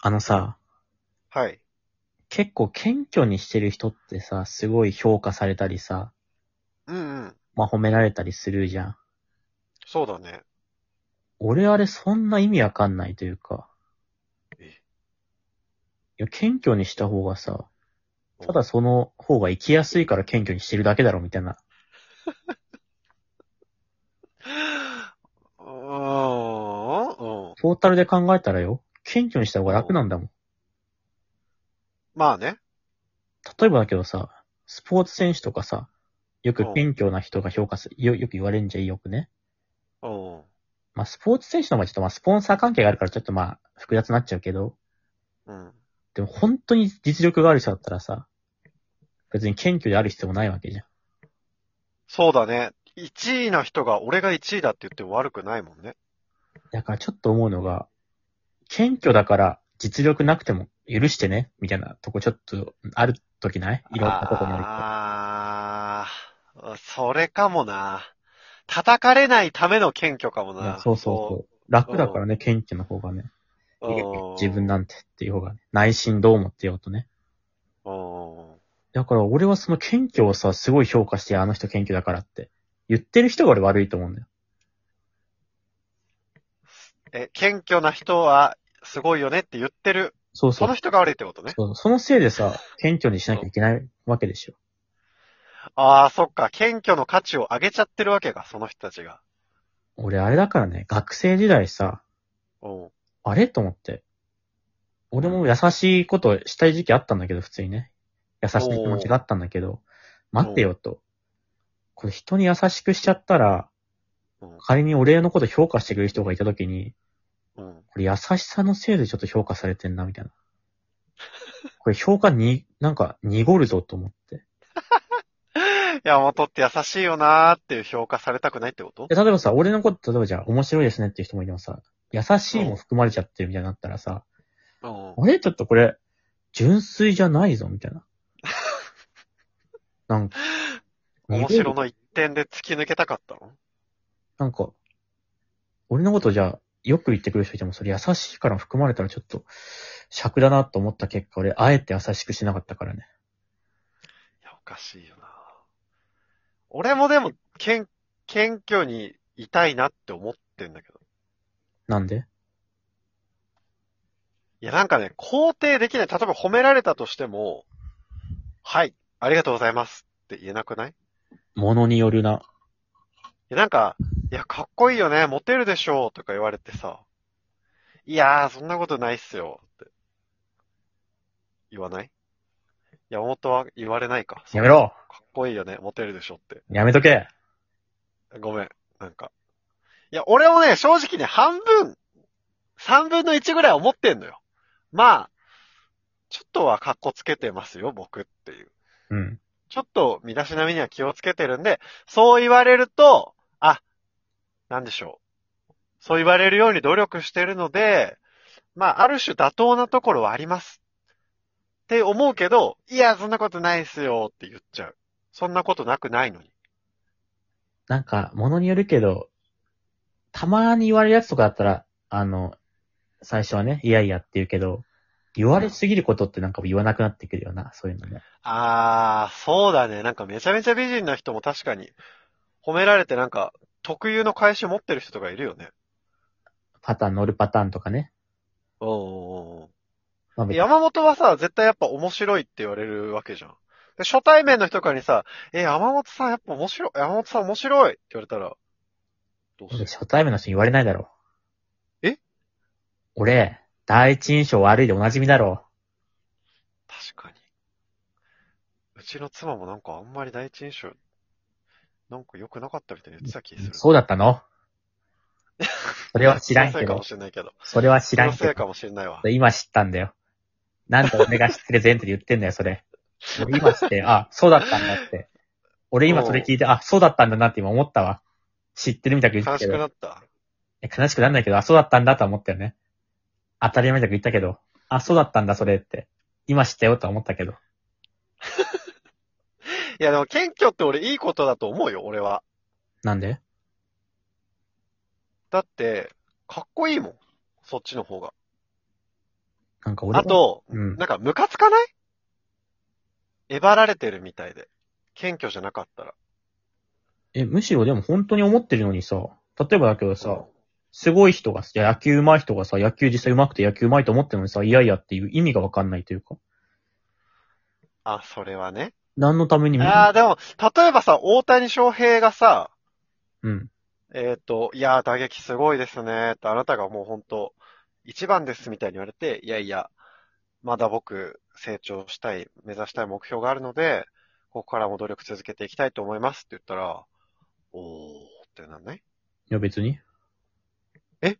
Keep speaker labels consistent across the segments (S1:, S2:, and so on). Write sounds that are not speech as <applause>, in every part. S1: あのさ、
S2: はい。
S1: 結構謙虚にしてる人ってさ、すごい評価されたりさ、
S2: うんうん。
S1: まあ、褒められたりするじゃん。
S2: そうだね。
S1: 俺あれそんな意味わかんないというか。い
S2: え
S1: や、謙虚にした方がさ、ただその方が生きやすいから謙虚にしてるだけだろ、みたいな。
S2: うーん。う
S1: ト
S2: ん。
S1: ータルで考えたらよ、謙虚にした方が楽なんだもん。
S2: まあね。
S1: 例えばだけどさ、スポーツ選手とかさ、よく謙虚な人が評価する、よよく言われるんじゃんよくね。
S2: うん。
S1: まあ、スポーツ選手の場合ちょっとまあ、スポンサー関係があるからちょっとまあ、複雑になっちゃうけど、
S2: うん。
S1: でも本当に実力がある人だったらさ、別に謙虚である必要もないわけじゃん。
S2: そうだね。1位の人が俺が1位だって言っても悪くないもんね。
S1: だからちょっと思うのが、謙虚だから実力なくても許してね、みたいなとこちょっとあるときないいろんなことにある
S2: ああ、それかもな。叩かれないための謙虚かも
S1: と。いや
S2: な。
S1: そうそうそう。楽だからね、謙虚の方がね。
S2: うん
S1: 自分なんてっていう方がね、内心どう思ってようとね。
S2: うん。
S1: だから俺はその謙虚をさ、すごい評価して、あの人謙虚だからって。言ってる人が俺悪いと思うんだよ。
S2: え、謙虚な人はすごいよねって言ってる。
S1: そうそ
S2: そうの。人が悪いってことね。
S1: そうそのせいで
S2: <laughs>
S1: さ、謙虚にしなきゃいけないわけでしょ。
S2: ああ、そっか。謙虚の価値を上げちゃってるわけか、その人たちが。
S1: 俺あれだからね、学生時代さ、
S2: うん。
S1: あれと思って。俺も優しいことしたい時期あったんだけど、普通にね。優しい気持ちがあったんだけど、待ってよと。これ人に優しくしちゃったら、
S2: うん
S1: 仮にお礼のこと評価してくれる人がいたときに、
S2: うん。
S1: これ優しさのせいでちょっと評価されてんな、みたいな。これ評価に、なんか濁るぞと思って。
S2: 山本って優しいよなーっていう評価されたくないってこと
S1: で例えばさ、俺のこと、例えばじゃあ面白いですねっていう人もいてもさ、優しいも含まれちゃってるみたいになったらさ、
S2: うん。
S1: あれちょっとこれ、純粋じゃないぞ、みたいな。
S2: <laughs>
S1: なんか、
S2: 面白の一点で突き抜けたかったの
S1: なんか、俺のことじゃあ、よく言ってくる人いても、それ優しいから含まれたらちょっと、尺だなと思った結果、俺、あえて優しくしなかったからね。
S2: いや、おかしいよな俺もでも、謙、謙虚にいたいなって思ってんだけど。
S1: なんで
S2: いや、なんかね、肯定できない。例えば褒められたとしても、はい、ありがとうございますって言えなくないい
S1: ものによるな。
S2: や、なんか、いや、かっこいいよね、モテるでしょうとか言われてさ、いやー、そんなことないっすよって。言わない山本は言われないか。
S1: やめろ
S2: かっこいいよね、モテるでしょって。
S1: やめとけ
S2: ごめん、なんか。いや、俺もね、正直ね、半分、三分の一ぐらい思ってんのよ。まあ、ちょっとは格好つけてますよ、僕っていう。
S1: うん。
S2: ちょっと身だしなみには気をつけてるんで、そう言われると、あ、なんでしょう。そう言われるように努力してるので、まあ、ある種妥当なところはあります。って思うけど、いや、そんなことないっすよって言っちゃう。そんなことなくないのに。
S1: なんか、ものによるけど、たまに言われるやつとかだったら、あの、最初はね、いやいやって言うけど、言われすぎることってなんか言わなくなってくるよな、そういうのね。
S2: あー、そうだね。なんかめちゃめちゃ美人な人も確かに、褒められてなんか、特有の返し持ってる人とかいるよね。
S1: パターン、乗るパターンとかね。
S2: うんうんうん
S1: まあ別に
S2: 山本はさ、絶対やっぱ面白いって言われるわけじゃん。で初対面の人からにさ、え、山本さんやっぱ面白い、山本さん面白いって言われたら、どうする
S1: 初対面の人に言われないだろ。
S2: え
S1: 俺、第一印象悪いでおなじみだろ。
S2: 確かに。うちの妻もなんかあんまり第一印象、なんか良くなかったみたいに言ってた気する。
S1: そうだったのそれは知らん
S2: <laughs> その
S1: け
S2: せいかも
S1: ど。
S2: しれないけど。
S1: それは知らん
S2: そのせ
S1: け
S2: いか
S1: ど。
S2: もしれないわ。
S1: 今知ったんだよ。なんで俺が知ってる前提で言ってんだよ、それ。俺今知って、あ、そうだったんだって。俺今それ聞いて、あ、そうだったんだなって今思ったわ。知ってるみたく言ってた
S2: 悲
S1: け
S2: しく
S1: ど。
S2: なった。
S1: え悲しくなんないけど、あ、そうだったんだとは思ったよね。当たり前みたく言ったけど、あ、そうだったんだ、それって。今知ったよとは思ったけど。
S2: いやでも謙虚って俺いいことだと思うよ、俺は。
S1: なんで
S2: だって、かっこいいもん。そっちの方が。
S1: なんか俺は
S2: あ、と、
S1: うん。
S2: なんかムカつかないえばられてるみたいで。謙虚じゃなかったら。
S1: え、むしろでも本当に思ってるのにさ、例えばだけどさ、すごい人がさ、野球上手い人がさ、野球実際上手くて野球上手いと思ってるのにさ、いやいやっていう意味がわかんないというか、
S2: あ、それはね。
S1: 何のために
S2: ああ、でも、例えばさ、大谷翔平がさ、
S1: うん。
S2: えっ、と、いやー、打撃すごいですね。ってあなたがもう本当、一番ですみたいに言われて、いやいや、まだ僕、成長したい、目指したい目標があるので、ここからも努力続けていきたいと思いますって言ったら、おーってなんない
S1: いや別に。
S2: え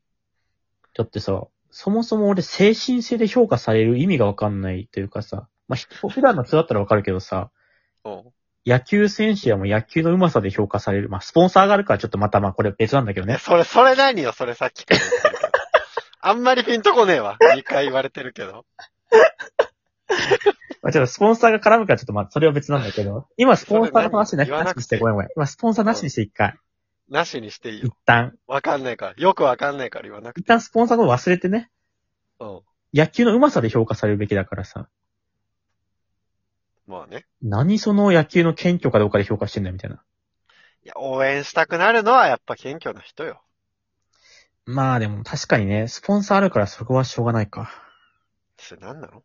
S1: だってさ、そもそも俺精神性で評価される意味がわかんないというかさ、まあ、ひ普段の人だったらわかるけどさ、
S2: うん。
S1: 野球選手はもう野球の上手さで評価される。まあ、スポンサーがあるからちょっとまたまあこれ別なんだけど
S2: ね、
S1: ね。
S2: それ、それ何よ、それさっきから言ってるけ <laughs> ど。あんまりピンとこねえわ。2回言われてるけど。
S1: まあ、ちょっとスポンサーが絡むからちょっとまあそれは別なんだけど、今スポンサーの話
S2: そ
S1: なし
S2: れ何言わ
S1: なし
S2: な
S1: に
S2: くて
S1: してごめんごめん。今スポンサーなしにして一回。
S2: なしにしていい
S1: 一
S2: よ。
S1: 旦。
S2: わかんないから。よくわかんないから言わなく
S1: 一旦スポンサーを忘れてね、
S2: うん。
S1: 野球の上手さで評価されるべきだからさ、
S2: まあね。
S1: 何その野球の謙虚かどうかで評価してんだよみたいな。
S2: いや、応援したくなるのはやっぱ謙虚な人よ。
S1: まあでも確かにね、スポンサーあるからそこはしょうがないか。
S2: それ何なの